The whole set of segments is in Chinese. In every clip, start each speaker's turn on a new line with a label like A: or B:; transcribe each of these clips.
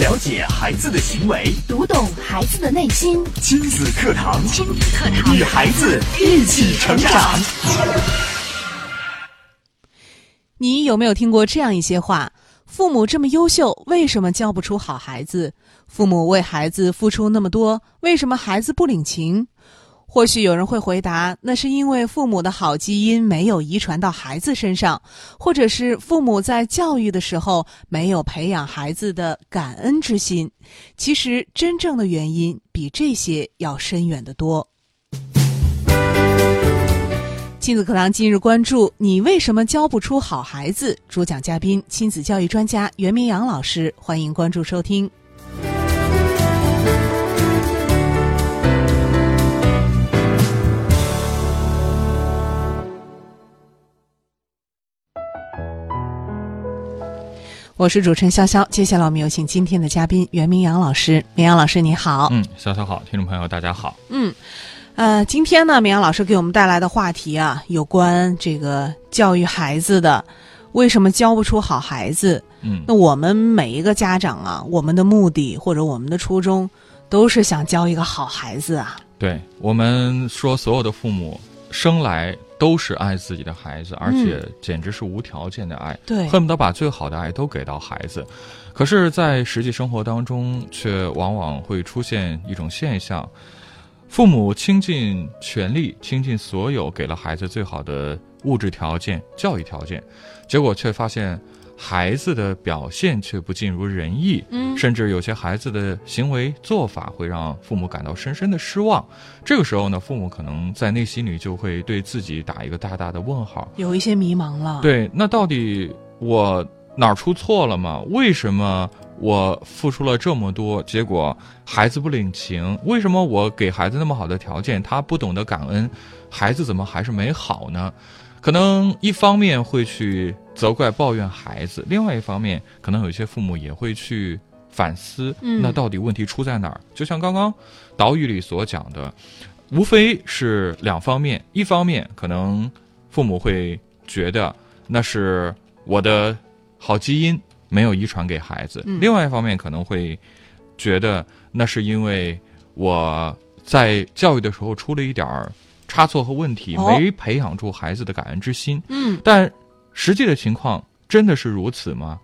A: 了解孩子的行为，
B: 读懂孩子的内心，
A: 亲子课堂，
B: 亲子课堂
A: 与孩子一起成长。
C: 你有没有听过这样一些话？父母这么优秀，为什么教不出好孩子？父母为孩子付出那么多，为什么孩子不领情？或许有人会回答，那是因为父母的好基因没有遗传到孩子身上，或者是父母在教育的时候没有培养孩子的感恩之心。其实，真正的原因比这些要深远得多。亲子课堂今日关注：你为什么教不出好孩子？主讲嘉宾：亲子教育专家袁明阳老师，欢迎关注收听。我是主持人潇潇，接下来我们有请今天的嘉宾袁明阳老师。明阳老师，你好。
D: 嗯，小小好，听众朋友大家好。
C: 嗯，呃，今天呢，明阳老师给我们带来的话题啊，有关这个教育孩子的，为什么教不出好孩子？
D: 嗯
C: 那我们每一个家长啊，我们的目的或者我们的初衷，都是想教一个好孩子啊。
D: 对我们说，所有的父母生来都是爱自己的孩子，而且简直是无条件的爱，
C: 对
D: 恨不得把最好的爱都给到孩子。可是，在实际生活当中，却往往会出现一种现象：父母倾尽全力、倾尽所有，给了孩子最好的物质条件、教育条件，结果却发现孩子的表现却不尽如人意。
C: 嗯
D: 甚至有些孩子的行为做法会让父母感到深深的失望。这个时候呢，父母可能在内心里就会对自己打一个大大的问号。
C: 有一些迷茫了。，
D: 对，那到底我哪儿出错了吗？为什么我付出了这么多，结果孩子不领情？为什么我给孩子那么好的条件，他不懂得感恩，孩子怎么还是没好呢？可能一方面会去责怪抱怨孩子，另外一方面，可能有一些父母也会去反思，
C: 嗯
D: 那到底问题出在哪儿？就像刚刚岛屿里所讲的，无非是两方面，一方面可能父母会觉得那是我的好基因没有遗传给孩子，
C: 嗯
D: 另外一方面可能会觉得那是因为我在教育的时候出了一点儿差错和问题，
C: 哦
D: 没培养住孩子的感恩之心。
C: 嗯，
D: 但实际的情况真的是如此吗？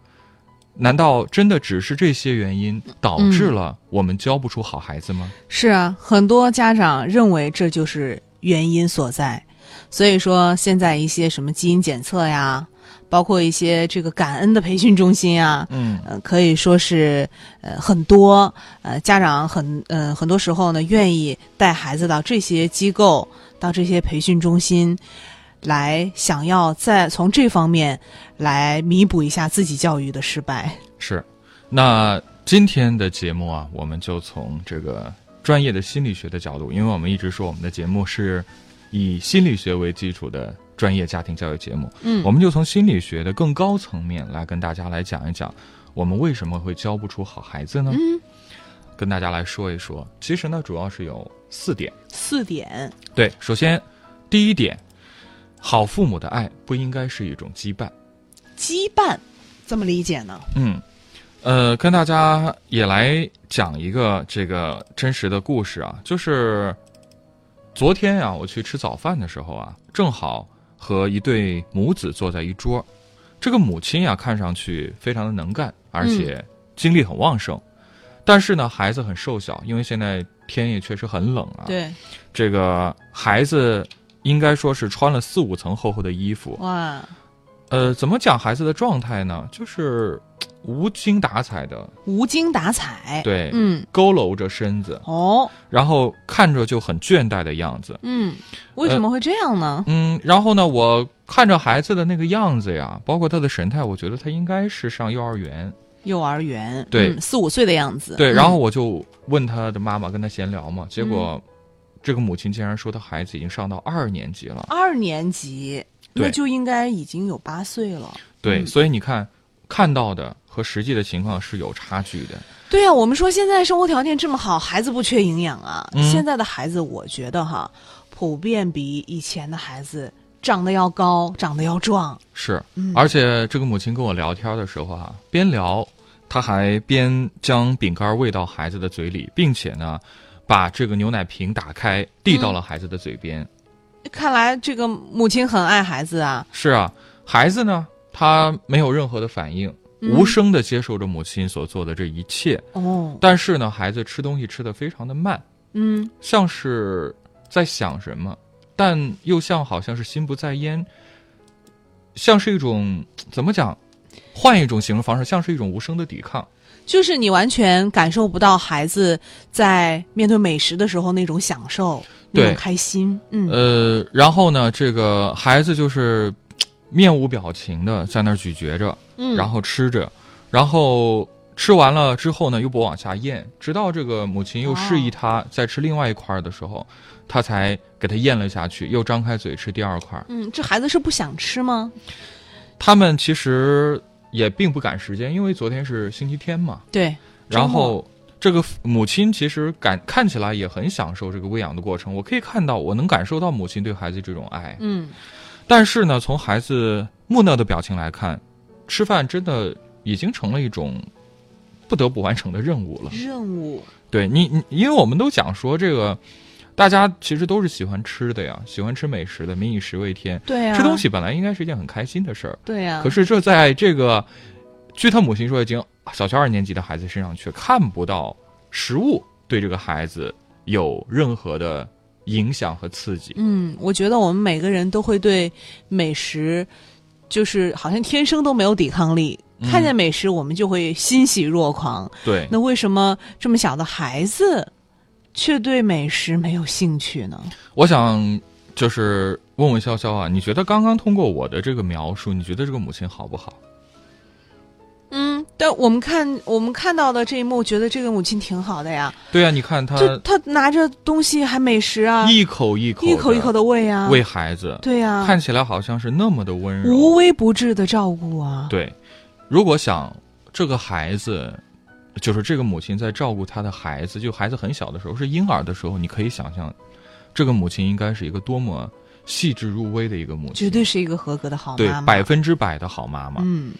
D: 难道真的只是这些原因导致
C: 嗯
D: 了我们教不出好孩子吗？
C: 是啊，很多家长认为这就是原因所在，所以说现在一些什么基因检测呀，包括一些这个感恩的培训中心啊，
D: 嗯
C: 呃，可以说是呃很多呃家长很呃很多时候呢，愿意带孩子到这些机构、到这些培训中心，来想要再从这方面来弥补一下自己教育的失败。
D: 是。那今天的节目啊，我们就从这个专业的心理学的角度，因为我们一直说我们的节目是以心理学为基础的专业家庭教育节目，
C: 嗯
D: 我们就从心理学的更高层面来跟大家来讲一讲，我们为什么会教不出好孩子呢？
C: 嗯，
D: 跟大家来说一说。其实呢，主要是有四点。
C: 四点，
D: 对，首先第一点，好父母的爱不应该是一种羁绊。
C: 羁绊，这么理解呢？
D: 嗯，呃，跟大家也来讲一个这个真实的故事啊，就是昨天呀、我去吃早饭的时候啊，正好和一对母子坐在一桌。这个母亲呀、啊看上去非常的能干，而且精力很旺盛，但是呢，孩子很瘦小，因为现在天也确实很冷啊。，
C: 对，
D: 这个孩子应该说是穿了四五层厚厚的衣服，
C: 哇，
D: 呃，怎么讲孩子的状态呢？就是嘖无精打采的，
C: 无精打采。，
D: 对，
C: 嗯，
D: 佝偻着身子，
C: 哦，
D: 然后看着就很倦怠的样子。
C: 嗯，为什么会这样呢？
D: 嗯，然后呢，我看着孩子的那个样子呀，包括他的神态，我觉得他应该是上幼儿园。
C: 幼儿园，
D: 对
C: 嗯四五岁的样子。
D: 对，
C: 嗯嗯
D: 然后我就问他的妈妈，跟他闲聊嘛，结果。这个母亲竟然说，她孩子已经上到二年级了。
C: 二年级，
D: 对
C: 那就应该已经有八岁了。
D: 对，
C: 嗯
D: 所以你看，看到的和实际的情况是有差距的。
C: 对呀、我们说现在生活条件这么好，孩子不缺营养啊。
D: 嗯
C: 现在的孩子，我觉得哈，普遍比以前的孩子长得要高，长得要壮。
D: 是
C: 嗯，
D: 而且这个母亲跟我聊天的时候啊，边聊，他还边将饼干喂到孩子的嘴里，并且呢，把这个牛奶瓶打开递到了孩子的嘴边。
C: 看来这个母亲很爱孩子啊。
D: 是啊，孩子呢，他没有任何的反应，无声的接受着母亲所做的这一切。
C: 哦，
D: 但是呢，孩子吃东西吃的非常的慢，
C: 嗯，
D: 像是在想什么，但又像好像是心不在焉，像是一种怎么讲？换一种形容方式，像是一种无声的抵抗。
C: 就是你完全感受不到孩子在面对美食的时候那种享受、那
D: 对
C: 种开心。嗯，
D: 呃，然后呢，这个孩子就是嘖面无表情的在那儿咀嚼着，
C: 嗯
D: 然后吃着，然后吃完了之后呢，又不往下咽，直到这个母亲又
C: 哦
D: 示意他再吃另外一块儿的时候，他才给他咽了下去，又张开嘴吃第二块儿。
C: 嗯，这孩子是不想吃吗？
D: 他们其实也并不赶时间，因为昨天是星期天嘛，
C: 对，
D: 然后这个母亲其实感看起来也很享受这个喂养的过程，我可以看到，我能感受到母亲对孩子这种爱。
C: 嗯，
D: 但是呢，从孩子木讷的表情来看，吃饭真的已经成了一种不得不完成的任务了。
C: 任务，
D: 对你，你因为我们都讲说这个，大家其实都是喜欢吃的呀，喜欢吃美食的，民以食为天。
C: 对啊，
D: 吃东，西本来应该是一件很开心的事儿，
C: 对啊。
D: 可是这在这个，据他母亲说，已经小学二年级的孩子身上却看不到食物对这个孩子有任何的影响和刺激。
C: 嗯，我觉得我们每个人都会对美食，就是好像天生都没有抵抗力，
D: 嗯
C: 看见美食我们就会欣喜若狂。
D: 对，
C: 那为什么这么小的孩子却对美食没有兴趣呢？
D: 我想就是问问潇潇啊，你觉得刚刚通过我的这个描述，你觉得这个母亲好不好？
C: 嗯，但我们看我们看到的这一幕，觉得这个母亲挺好的呀，
D: 对啊，你看她
C: 就她拿着东西还美食啊，
D: 一口一口
C: 一口一口
D: 的
C: 的喂啊，
D: 喂孩子，
C: 对啊呀、
D: 看起来好像是那么的温柔。
C: 无微不至的照顾 啊，
D: 对，如果想这个孩子，就是这个母亲在照顾她的孩子，就孩子很小的时候是婴儿的时候，你可以想象，这个母亲应该是一个多么细致入微的一个母亲，
C: 绝对是一个合格的好
D: 对
C: 妈妈，
D: 百分之百的好妈妈。
C: 嗯，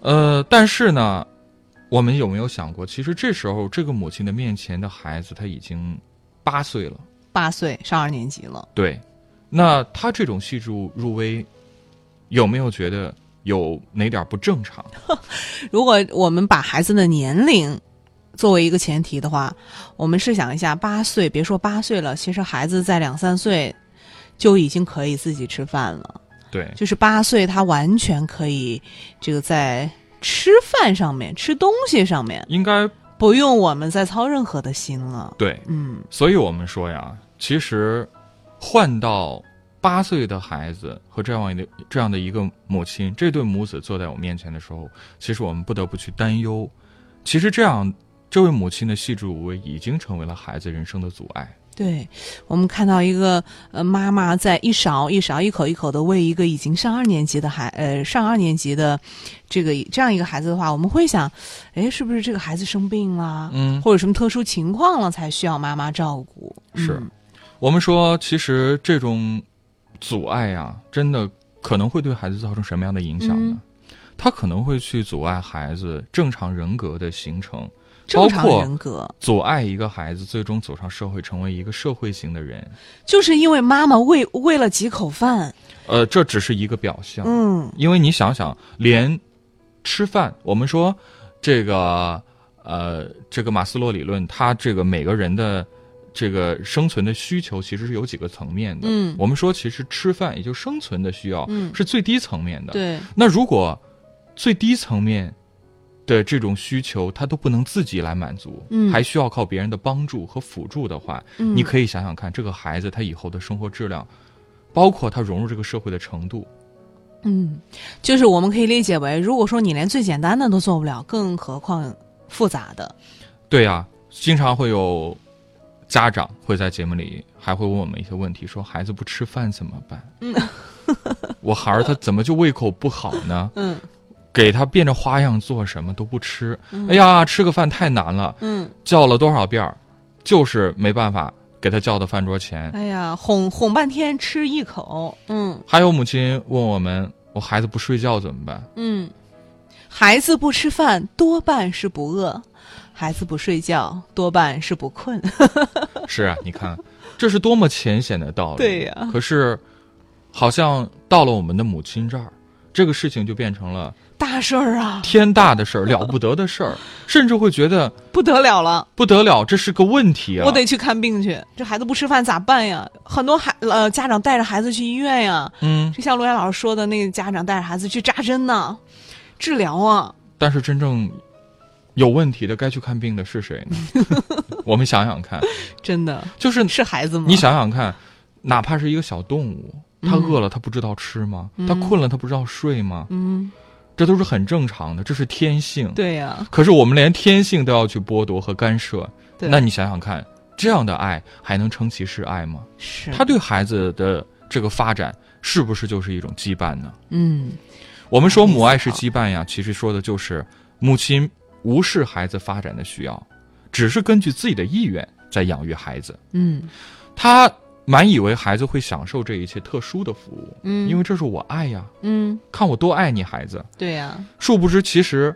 D: 呃，但是呢，我们有没有想过，其实这时候这个母亲的面前的孩子他已经八岁了，
C: 八岁上二年级了，
D: 对，那他这种细致入微，有没有觉得有哪点不正常？
C: 如果我们把孩子的年龄作为一个前提的话，我们试想一下，八岁，别说八岁了，其实孩子在两三岁就已经可以自己吃饭了。
D: 对，
C: 就是八岁，他完全可以这个在吃饭上面、吃东西上面，
D: 应该
C: 不用我们再操任何的心了。
D: 对，
C: 嗯，
D: 所以我们说呀，其实换到八岁的孩子和这样的这样的一个母亲，这对母子坐在我面前的时候，其实我们不得不去担忧。其实这样，这位母亲的细致无微已经成为了孩子人生的阻碍。
C: 对，我们看到一个呃妈妈在一勺一勺、一口一口的喂一个已经上二年级的孩呃上二年级的这个这样一个孩子的话，我们会想，哎，是不是这个孩子生病啦，
D: 嗯，
C: 或者什么特殊情况了才需要妈妈照顾？
D: 是
C: 嗯
D: 我们说，其实这种阻碍呀，真的可能会对孩子造成什么样的影响呢？它可能会去阻碍孩子正常人格的形成，
C: 正常
D: 包括
C: 人格
D: 阻碍一个孩子最终走上社会，成为一个社会型的人。
C: 就是因为妈妈喂喂了几口饭，
D: 呃，这只是一个表象，
C: 嗯，
D: 因为你想想，连吃饭，我们说这个呃，这个马斯洛理论，它这个每个人的这个生存的需求其实是有几个层面的。
C: 嗯
D: 我们说其实吃饭也就生存的需要，
C: 嗯
D: 是最低层面的。，
C: 对。
D: 那如果最低层面的这种需求，他都不能自己来满足，
C: 嗯
D: 还需要靠别人的帮助和辅助的话，
C: 嗯
D: 你可以想想看，这个孩子他以后的生活质量，包括他融入这个社会的程度，
C: 嗯，就是我们可以理解为，如果说你连最简单的都做不了，更何况复杂的。
D: 对呀、经常会有家长会在节目里还会问我们一些问题，说孩子不吃饭怎么办？嗯，我孩儿他怎么就胃口不好呢？
C: 嗯
D: 给他变着花样做什么都不吃，哎呀，吃个饭太难了，
C: 嗯，
D: 叫了多少遍儿，就是没办法给他叫到饭桌 前。
C: 哎呀，哄哄半天吃一口，嗯
D: 还有母亲问我们，我孩子不睡觉怎么办？
C: 嗯，孩子不吃饭多半是不饿，孩子不睡觉多半是不困。
D: 是啊，你看， 这是多么浅显的道理。
C: 对呀
D: 可是，好像到了我们的母亲这儿，这个事情就变成了
C: 大事儿啊，
D: 天大的事儿、了不得的事儿，甚至会觉得
C: 不得了了，
D: 不得了，这是个问题啊！
C: 我得去看病去。这孩子不吃饭咋办呀？很多孩呃家长带着孩子去医院呀，
D: 嗯，
C: 就像罗岩老师说的，那个家长带着孩子去扎针呢、治疗啊。
D: 但是真正有问题的该去看病的是谁呢？ 我们想想看，
C: 真的
D: 就是
C: 是孩子吗？
D: 你想想看，哪怕是一个小动物，它
C: 嗯
D: 饿了它不知道吃吗？它困了它不知道睡吗？
C: 嗯，
D: 这都是很正常的，这是天性。
C: 对呀、
D: 可是我们连天性都要去剥夺和干涉，
C: 对，
D: 那你想想看，这样的爱还能称其是爱吗？
C: 是
D: 他对孩子的这个发展，是不是就是一种羁绊呢？
C: 嗯
D: 我们说母爱是羁绊呀，其实说的就是母亲无视孩子发展的需要，只是根据自己的意愿在养育孩子。
C: 嗯
D: 他满以为孩子会享受这一切特殊的服务，
C: 嗯
D: 因为这是我爱呀，
C: 嗯，
D: 看我多爱你，孩子。
C: 对呀、
D: 殊不知，其实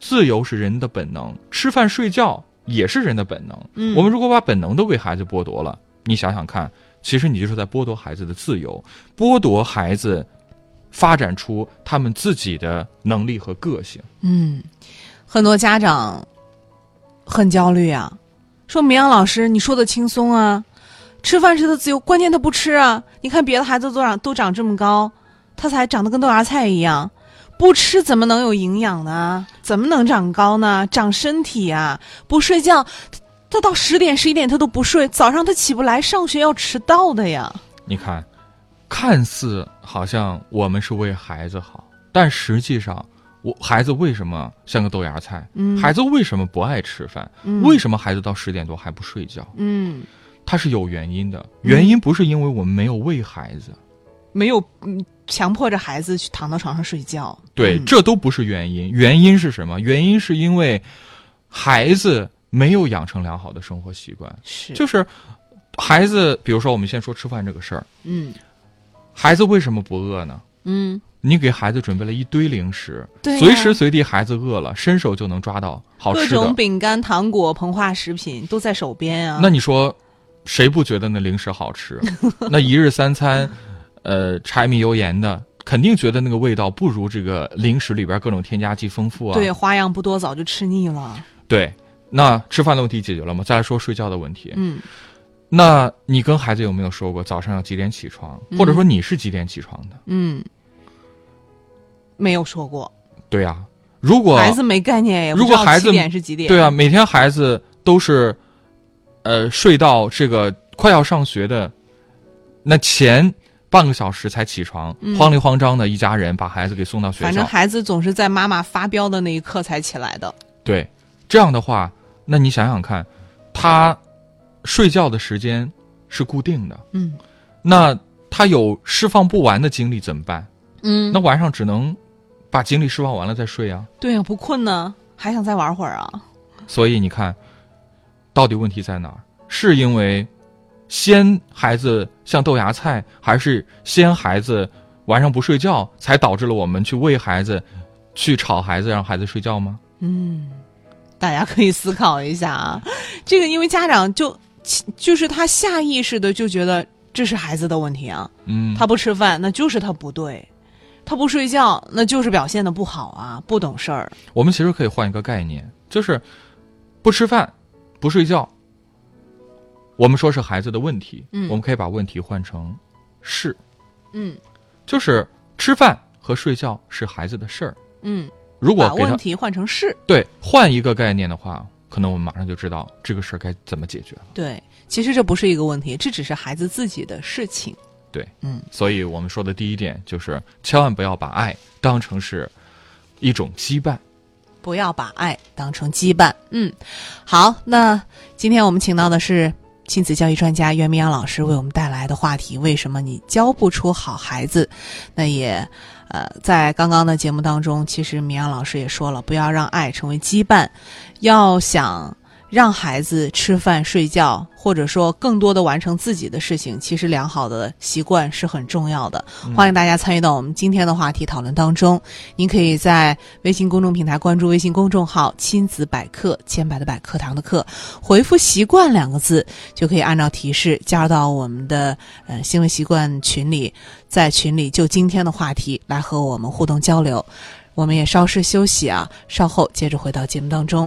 D: 自由是人的本能，吃饭睡觉也是人的本能。
C: 嗯
D: 我们如果把本能都给孩子剥夺了，你想想看，其实你就是在剥夺孩子的自由，剥夺孩子发展出他们自己的能力和个性。
C: 嗯，很多家长很焦虑啊，说明阳老师你说的轻松啊，吃饭是他自由，关键他不吃啊。你看别的孩子都长都长这么高，他才长得跟豆芽菜一样。不吃怎么能有营养呢？怎么能长高呢？长身体啊！不睡觉，他他到十点十一点他都不睡，早上他起不来，上学要迟到的呀。
D: 你看，看似好像我们是为孩子好，但实际上。我孩子为什么像个豆芽菜？
C: 嗯
D: 孩子为什么不爱吃饭？
C: 嗯
D: 为什么孩子到十点多还不睡觉？
C: 嗯，
D: 它是有原因的，原因不是因为我们没有喂孩子，
C: 没有嗯，强迫着孩子去躺到床上睡觉。
D: 对，
C: 嗯
D: 这都不是原因。原因是什么？原因是因为孩子没有养成良好的生活习惯，
C: 是
D: 就是孩子，比如说我们先说吃饭这个事儿，
C: 嗯
D: 孩子为什么不饿呢？
C: 嗯。
D: 你给孩子准备了一堆零食，
C: 对呀
D: 随时随地孩子饿了，伸手就能抓到好
C: 各
D: 吃
C: 种
D: 的。
C: 饼干、糖果、膨化食品都在手边啊。
D: 那你说，谁不觉得那零食好 吃？啊那一日三餐，呃，柴米油盐的，肯定觉得那个味道不如这个零食里边各种添加剂丰富啊。
C: 对花样不多，早就吃腻了。
D: 对那吃饭的问题解决了吗？再来说睡觉的问题。
C: 嗯
D: 那你跟孩子有没有说过早上要几点起床，
C: 嗯
D: 或者说你是几点起床的？
C: 嗯，没有说过，
D: 对呀、如果
C: 孩子没概念也不
D: 啊如
C: 知
D: 果
C: 道
D: 孩子
C: 几点是几点。嗯
D: 对啊，，每天孩子都是，呃，睡到这个快要上学的那前半个小时才起床，
C: 嗯
D: 慌里慌张的一家人把孩子给送到学
C: 反正
D: 校。
C: 孩子总是在妈妈发飙的那一刻才起来的。
D: 对，这样的话，那你想想看，他睡觉的时间是固定的，
C: 嗯
D: 那他有释放不完的精力怎么办？
C: 嗯
D: 那，晚上只能把精力释放完了再睡啊。
C: 对啊，不困呢，还想再玩会儿啊。
D: 所以你看，到底问题在哪儿？是因为先孩子像豆芽菜，还是先孩子晚上不睡觉，才导致了我们去喂孩子、去吵孩子，让孩子睡觉吗？
C: 嗯大家可以思考一下啊，这个因为家长就就是他下意识的就觉得这是孩子的问题啊。
D: 嗯，
C: 他不吃饭，那就是他不对；他不睡觉，那就是表现的不好啊，不懂事儿。
D: 我们其实可以换一个概念，就是不吃饭、不睡觉，我们说是孩子的问题，
C: 嗯
D: 我们可以把问题换成是，
C: 嗯
D: 就是吃饭和睡觉是孩子的事儿。
C: 嗯，
D: 如果
C: 把
D: 给他
C: 问题换成是
D: 对，换一个概念的话，可能我们马上就知道这个事儿该怎么解决了。
C: 对。其实这不是一个问题，这只是孩子自己的事情。
D: 对，
C: 嗯，
D: 所以我们说的第一点就是，千万不要把爱当成是一种羁绊。
C: 不要把爱当成羁绊。嗯，好，那今天我们请到的是亲子教育专家袁明阳老师为我们带来的话题：为什么你教不出好孩子？那也，呃，在刚刚的节目当中，其实明阳老师也说了，不要让爱成为羁绊，要想。让孩子吃饭、睡觉，或者说更多的完成自己的事情，其实良好的习惯是很重要的。欢迎大家参与到我们今天的话题讨论当中。您可以在微信公众平台关注微信公众号“亲子百科”，千百的百课堂的课，回复“习惯”两个字，就可以按照提示加入到我们的呃行为习惯群里，在群里就今天的话题来和我们互动交流。我们也稍事休息啊，稍后接着回到节目当中。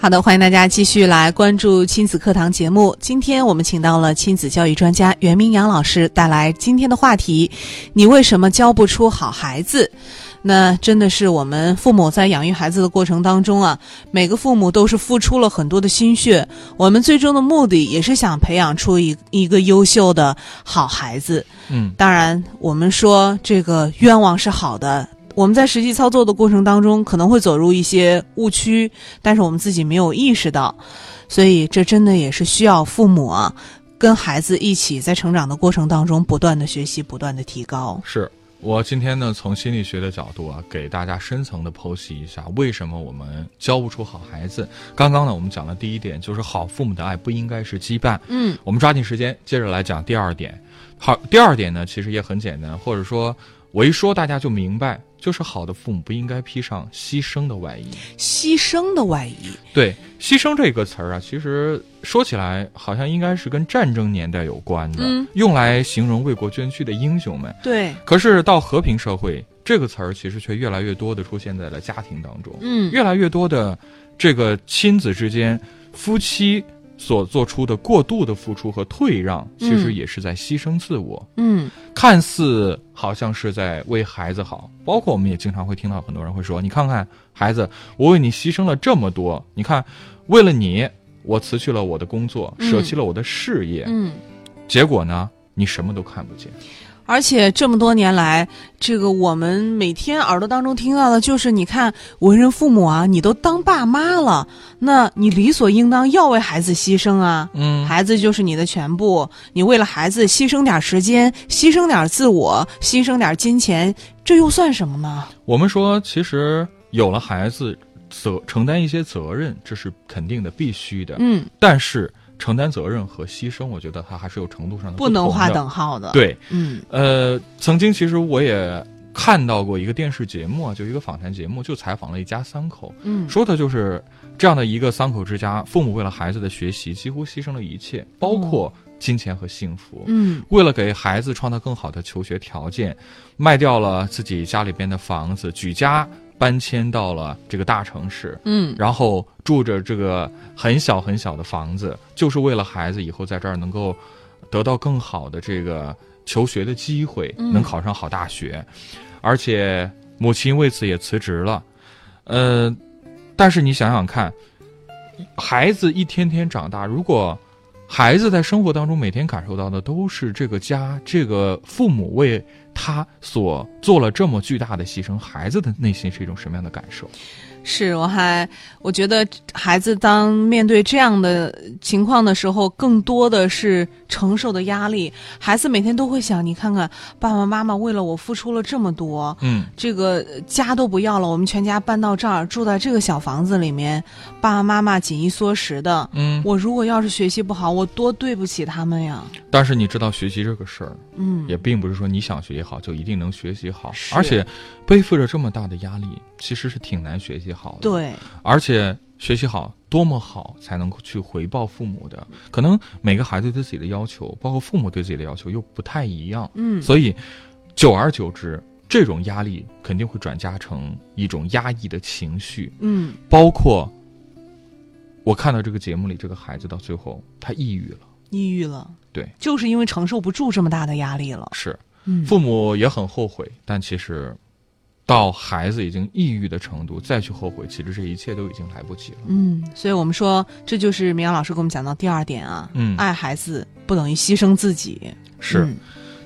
C: 好的，欢迎大家继续来关注亲子课堂节目。今天我们请到了亲子教育专家袁明阳老师，带来今天的话题：你为什么教不出好孩子？那真的是我们父母在养育孩子的过程当中啊，每个父母都是付出了很多的心血，我们最终的目的也是想培养出一一个优秀的好孩子。
D: 嗯，
C: 当然，我们说这个愿望是好的，我们在实际操作的过程当中可能会走入一些误区，但是我们自己没有意识到，所以这真的也是需要父母啊。跟孩子一起在成长的过程当中，不断的学习，不断的提高。
D: 是我今天呢，从心理学的角度啊，给大家深层的剖析一下，为什么我们教不出好孩子。刚刚呢，我们讲的第一点就是好父母的爱不应该是羁绊。
C: 嗯，
D: 我们抓紧时间，接着来讲第二点。好，第二点呢，其实也很简单，或者说我一说大家就明白，就是好的父母不应该披上牺牲的外衣。
C: 牺牲的外衣，
D: 对“牺牲”这个词儿啊，其实说起来好像应该是跟战争年代有关的，
C: 嗯
D: 用来形容为国捐躯的英雄们。
C: 对，
D: 可是到和平社会，这个词儿其实却越来越多的出现在了家庭当中，
C: 嗯，
D: 越来越多的这个亲子之间、夫妻所做出的过度的付出和退让，其实
C: 嗯
D: 也是在牺牲自我。
C: 嗯，
D: 看似好像是在为孩子好，包括我们也经常会听到很多人会说：“你看看孩子，我为你牺牲了这么多，你看，为了你，我辞去了我的工作，
C: 嗯
D: 舍弃了我的事业，
C: 嗯。
D: 结果呢，你什么都看不见。
C: 而且这么多年来，这个我们每天耳朵当中听到的就是，你看为人父母啊，你都当爸妈了，那你理所应当要为孩子牺牲啊。”
D: 嗯
C: 孩子就是你的全部，你为了孩子牺牲点时间，牺牲点自我，牺牲点金钱，这又算什么呢？
D: 我们说，其实有了孩子，责承担一些责任，这是肯定的、必须的。
C: 嗯，
D: 但是承担责任和牺牲，我觉得它还是有程度上的
C: 不能
D: 同的
C: 划等。号的。，
D: 对，
C: 嗯
D: 呃，曾经其实我也看到过一个电视节目啊，就一个访谈节目，就采访了一家三口，
C: 嗯
D: 说的就是这样的一个三口之家，父母为了孩子的学习，几乎牺牲了一切，包括金钱和幸福。
C: 嗯
D: 为了给孩子创造更好的求学条件，卖掉了自己家里边的房子，举家搬迁到了这个大城市，
C: 嗯
D: 然后住着这个很小很小的房子，就是为了孩子以后在这儿能够得到更好的这个求学的机会，
C: 嗯
D: 能考上好大学，而且母亲为此也辞职了，呃，但是你想想看，孩子一天天长大，如果孩子在生活当中每天感受到的都是这个家、这个父母为他所做了这么巨大的牺牲，孩子的内心是一种什么样的感受？
C: 是我还我觉得孩子当面对这样的情况的时候，更多的是承受的压力。孩子每天都会想，你看看爸爸妈妈为了我付出了这么多，
D: 嗯，
C: 这个家都不要了，我们全家搬到这儿，住在这个小房子里面，爸爸妈妈紧衣缩食的。
D: 嗯，
C: 我如果要是学习不好，我多对不起他们呀。
D: 但是你知道，学习这个事儿
C: 嗯
D: 也并不是说你想学习好就一定能学习好，
C: 是
D: 而且背负着这么大的压力，其实是挺难学习好的。，
C: 对，
D: 而且学习好多么好才能够去回报父母的，可能每个孩子对自己的要求，包括父母对自己的要求又不太一样，
C: 嗯，
D: 所以久而久之，这种压力肯定会转嫁成一种压抑的情绪，
C: 嗯，
D: 包括我看到这个节目里这个孩子到最后他抑郁了。
C: 抑郁了，
D: 对，
C: 就是因为承受不住这么大的压力了。
D: 是，
C: 嗯
D: 父母也很后悔，但其实到孩子已经抑郁的程度再去后悔，其实这一切都已经来不及了。
C: 嗯，所以我们说，这就是明阳老师给我们讲到第二点啊，
D: 嗯
C: 爱孩子不等于牺牲自己，
D: 是，
C: 嗯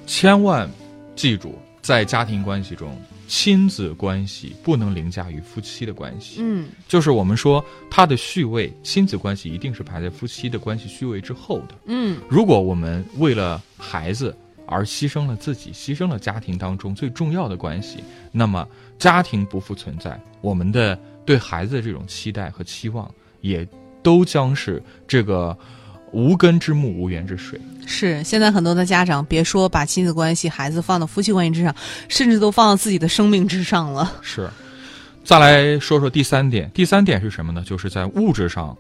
D: 千万记住，在家庭关系中，亲子关系不能凌驾于夫妻的关系。
C: 嗯
D: 就是我们说，它的序位，亲子关系一定是排在夫妻的关系序位之后的。
C: 嗯
D: 如果我们为了孩子而牺牲了自己，牺牲了家庭当中最重要的关系，那么家庭不复存在，我们的对孩子的这种期待和期望，也都将是这个无根之木、无源之水。
C: 是。现在很多的家长，别说把亲子关系、孩子放到夫妻关系之上，甚至都放到自己的生命之上了。
D: 是。再来说说第三点，第三点是什么呢？就是在物质上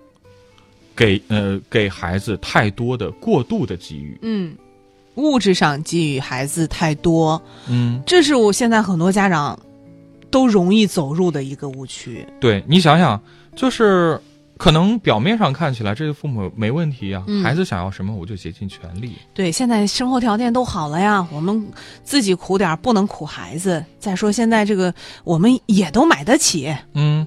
D: 给呃给孩子太多的过度的给予。
C: 嗯，物质上给予孩子太多，
D: 嗯，
C: 这是我现在很多家长都容易走入的一个误区。
D: 对你想想，就是可能表面上看起来这个父母没问题啊，
C: 嗯
D: 孩子想要什么我就竭尽全力。
C: 对，现在生活条件都好了呀，我们自己苦点儿，不能苦孩子。再说现在这个，我们也都买得起。
D: 嗯，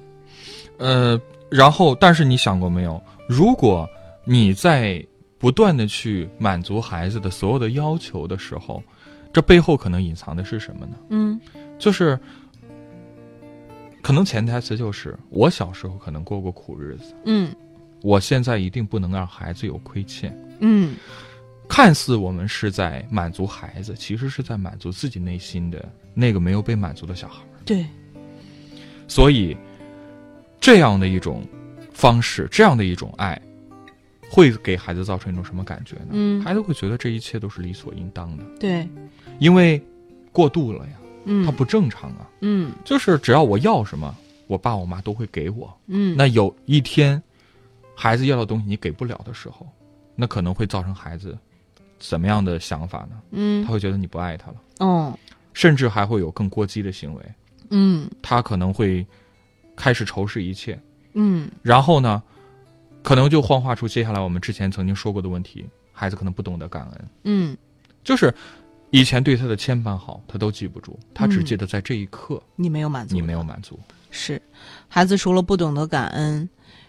D: 呃，然后但是你想过没有，如果你在不断的去满足孩子的所有的要求的时候，这背后可能隐藏的是什么呢？
C: 嗯
D: 就是可能潜台词就是，我小时候可能过过苦日子，
C: 嗯
D: 我现在一定不能让孩子有亏欠。
C: 嗯，
D: 看似我们是在满足孩子，其实是在满足自己内心的那个没有被满足的小孩儿。
C: 对，
D: 所以，这样的一种方式，这样的一种爱，会给孩子造成一种什么感觉呢？
C: 嗯
D: 孩子会觉得这一切都是理所应当的，
C: 对，
D: 因为过度了呀，
C: 嗯
D: 它不正常啊。
C: 嗯
D: 就是只要我要什么，我爸我妈都会给我。
C: 嗯，
D: 那有一天，孩子要的东西你给不了的时候，那可能会造成孩子怎么样的想法呢？
C: 嗯
D: 他会觉得你不爱他了，
C: 哦
D: 甚至还会有更过激的行为。
C: 嗯
D: 他可能会开始仇视一切，
C: 嗯
D: 然后呢，可能就幻化出接下来我们之前曾经说过的问题：孩子可能不懂得感恩，
C: 嗯，
D: 就是以前对他的千般好，他都记不住，他只
C: 嗯
D: 记得在这一刻
C: 你没有满足，
D: 你没有满足。
C: 是，孩子除了不懂得感恩，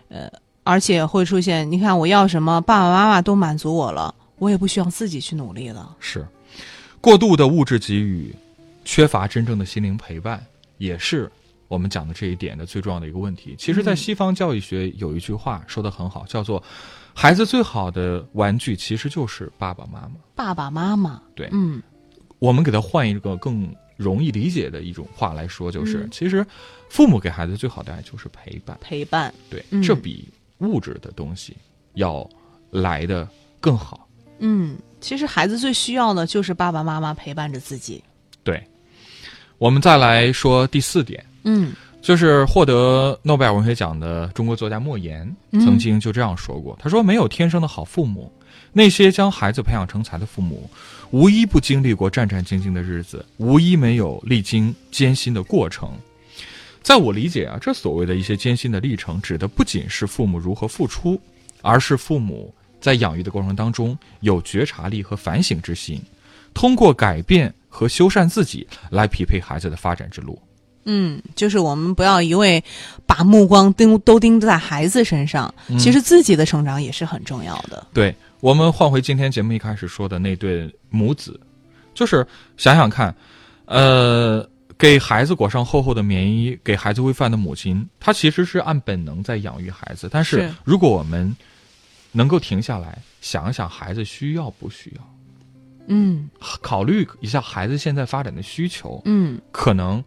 C: 呃，而且会出现，你看我要什么，爸爸妈妈都满足我了，我也不需要自己去努力了。
D: 是，过度的物质给予，缺乏真正的心灵陪伴，也是我们讲的这一点的最重要的一个问题。其实，
C: 嗯
D: 在西方教育学有一句话说的很好，叫做“孩子最好的玩具其实就是爸爸妈妈
C: 爸爸妈妈，
D: 对
C: 嗯”。
D: 我们给他换一个更容易理解的一种话来说，就是、
C: 嗯
D: 其实父母给孩子最好的爱就是陪伴。
C: 陪伴，
D: 对，
C: 嗯
D: 这比物质的东西要来的更好。
C: 嗯，其实孩子最需要的就是爸爸妈妈陪伴着自己，
D: 对，我们再来说第四点。
C: 嗯
D: 就是获得诺贝尔文学奖的中国作家莫言
C: 嗯
D: 曾经就这样说过，他说：“没有天生的好父母，那些将孩子培养成才的父母，无一不经历过战战兢兢的日子，无一没有历经艰辛的过程。”在我理解啊，这所谓的一些艰辛的历程，指的不仅是父母如何付出，而是父母在养育的过程当中有觉察力和反省之心，通过改变和修缮自己来匹配孩子的发展之路。
C: 嗯，就是我们不要一味把目光盯都盯在孩子身上，
D: 嗯
C: 其实自己的成长也是很重要的，
D: 对我们换回今天节目一开始说的那对母子，就是想想看，呃，给孩子裹上厚厚的棉衣，给孩子喂饭的母亲，她其实是按本能在养育孩子。但是
C: 是
D: 如果我们能够停下来想一想孩子需要不需要，
C: 嗯
D: 考虑一下孩子现在发展的需求，
C: 嗯
D: 可能。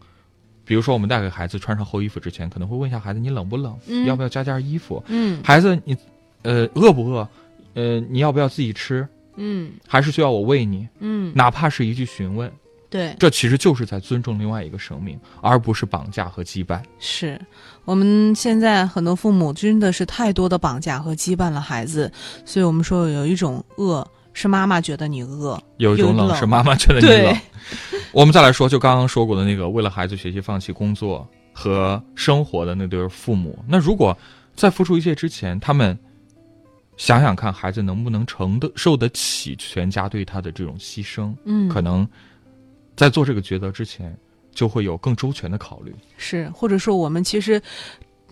D: 比如说，我们带给孩子穿上厚衣服之前，可能会问一下孩子：“你冷不冷？
C: 嗯
D: 要不要加件衣服？
C: 嗯
D: 孩子，你，呃，饿不饿？呃，你要不要自己吃？
C: 嗯
D: 还是需要我喂你，
C: 嗯，
D: 哪怕是一句询问，
C: 对。
D: 这其实就是在尊重另外一个生命，而不是绑架和羁绊。
C: 是我们现在很多父母真的是太多的绑架和羁绊了孩子，所以我们说有一种饿是妈妈觉得你饿，
D: 有一种冷
C: 冷
D: 是妈妈觉得你
C: 对
D: 冷。 我们再来说，就刚刚说过的那个，为了孩子学习放弃工作和生活的那对父母，那如果在付出一切之前，他们想想看，孩子能不能承得受得起全家对他的这种牺牲，
C: 嗯，
D: 可能在做这个抉择之前，就会有更周全的考虑。
C: 是，或者说我们其实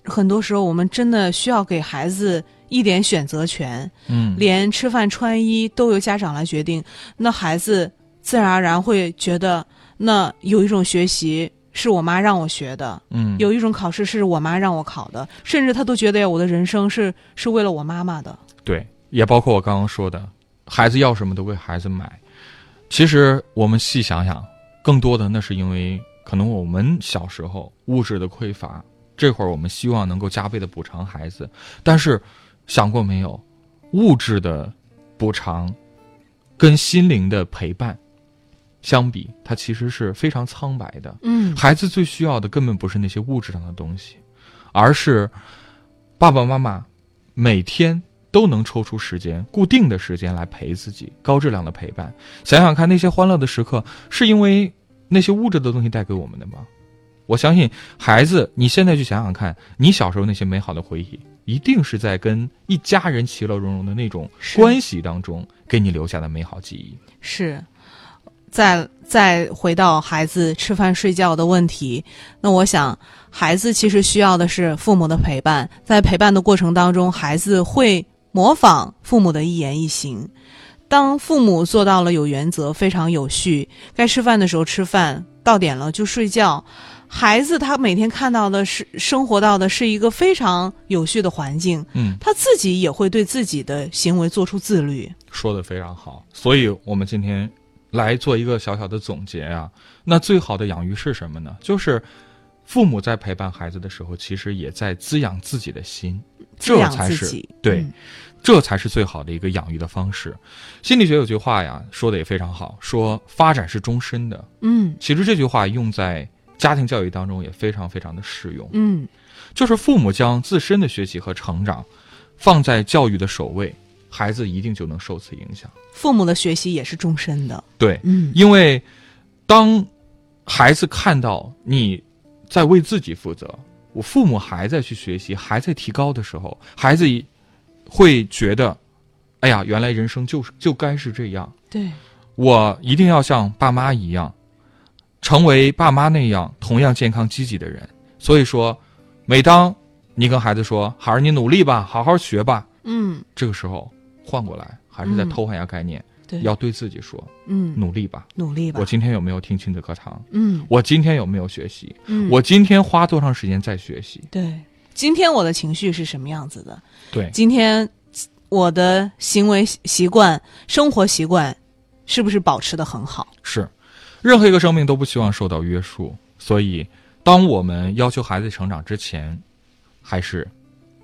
C: 很多时候我们真的需要给孩子一点选择权，
D: 嗯
C: 连吃饭穿衣都由家长来决定，那孩子自然而然会觉得，那有一种学习是我妈让我学的，
D: 嗯，
C: 有一种考试是我妈让我考的，甚至他都觉得呀，我的人生是是为了我妈妈的。
D: 对，也包括我刚刚说的，孩子要什么都为孩子买。其实我们细想想，更多的那是因为可能我们小时候物质的匮乏，这会儿我们希望能够加倍的补偿孩子，但是想过没有，物质的补偿跟心灵的陪伴相比，它其实是非常苍白的。
C: 嗯
D: 孩子最需要的根本不是那些物质上的东西，而是爸爸妈妈每天都能抽出时间，固定的时间来陪自己，高质量的陪伴。想想看，那些欢乐的时刻，是因为那些物质的东西带给我们的吗？我相信孩子，你现在去想想看，你小时候那些美好的回忆，一定是在跟一家人其乐融融的那种
C: 是
D: 关系当中给你留下的美好记忆。
C: 是，再再回到孩子吃饭睡觉的问题，那我想，孩子其实需要的是父母的陪伴，在陪伴的过程当中，孩子会模仿父母的一言一行。当父母做到了有原则、非常有序，该吃饭的时候吃饭，到点了就睡觉。孩子他每天看到的是生活到的是一个非常有序的环境，
D: 嗯，
C: 他自己也会对自己的行为做出自律。
D: 说的非常好，所以我们今天来做一个小小的总结啊。那最好的养育是什么呢？就是父母在陪伴孩子的时候，其实也在滋养自己的心，
C: 滋
D: 这
C: 养
D: 才
C: 自
D: 是
C: 己
D: 对
C: 嗯，
D: 这才是最好的一个养育的方式。心理学有句话呀，说的也非常好，说发展是终身的。
C: 嗯
D: 其实这句话用在家庭教育当中也非常非常的适用。
C: 嗯，
D: 就是父母将自身的学习和成长放在教育的首位，孩子一定就能受此影响。
C: 父母的学习也是终身的。
D: 对，
C: 嗯
D: 因为当孩子看到你在为自己负责，我父母还在去学习，还在提高的时候，孩子会觉得，哎呀，原来人生就是就该是这样，
C: 对，
D: 我一定要像爸妈一样，成为爸妈那样同样健康积极的人。所以说，每当你跟孩子说“孩儿，你努力吧，好好学吧”，
C: 嗯
D: 这个时候换过来还是在
C: 嗯
D: 偷换一下概念，
C: 对，
D: 要对自己说
C: 嗯
D: 努力吧。
C: 努力吧
D: 我。今天有没有听亲子课堂？
C: 嗯
D: 我今天有没有学习？
C: 嗯，
D: 我今天花多长时间在学习？
C: 对今天我的情绪是什么样子的？
D: 对
C: 今天我的行为习惯、生活习惯是不是保持的很好？
D: 是，任何一个生命都不希望受到约束，所以当我们要求孩子成长之前，还是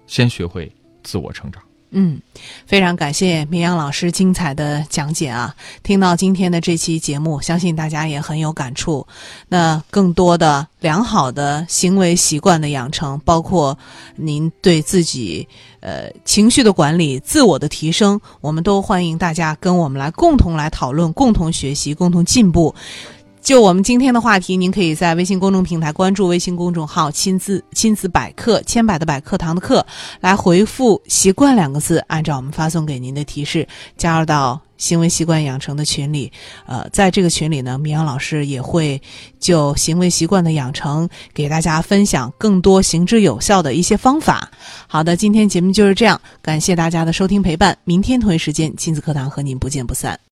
D: 先学会自我成长。
C: 嗯，非常感谢绵阳老师精彩的讲解啊！听到今天的这期节目，相信大家也很有感触。那更多的良好的行为习惯的养成，包括您对自己呃情绪的管理、自我的提升，我们都欢迎大家跟我们来共同来讨论、共同学习、共同进步。就我们今天的话题，您可以在微信公众平台关注微信公众号“亲子亲子百科”，千百的百课堂的课，来回复“习惯”两个字，按照我们发送给您的提示，加入到行为习惯养成的群里。呃，在这个群里呢，明阳老师也会就行为习惯的养成给大家分享更多行之有效的一些方法。好的，今天节目就是这样，感谢大家的收听陪伴，明天同一时间亲子课堂和您不见不散。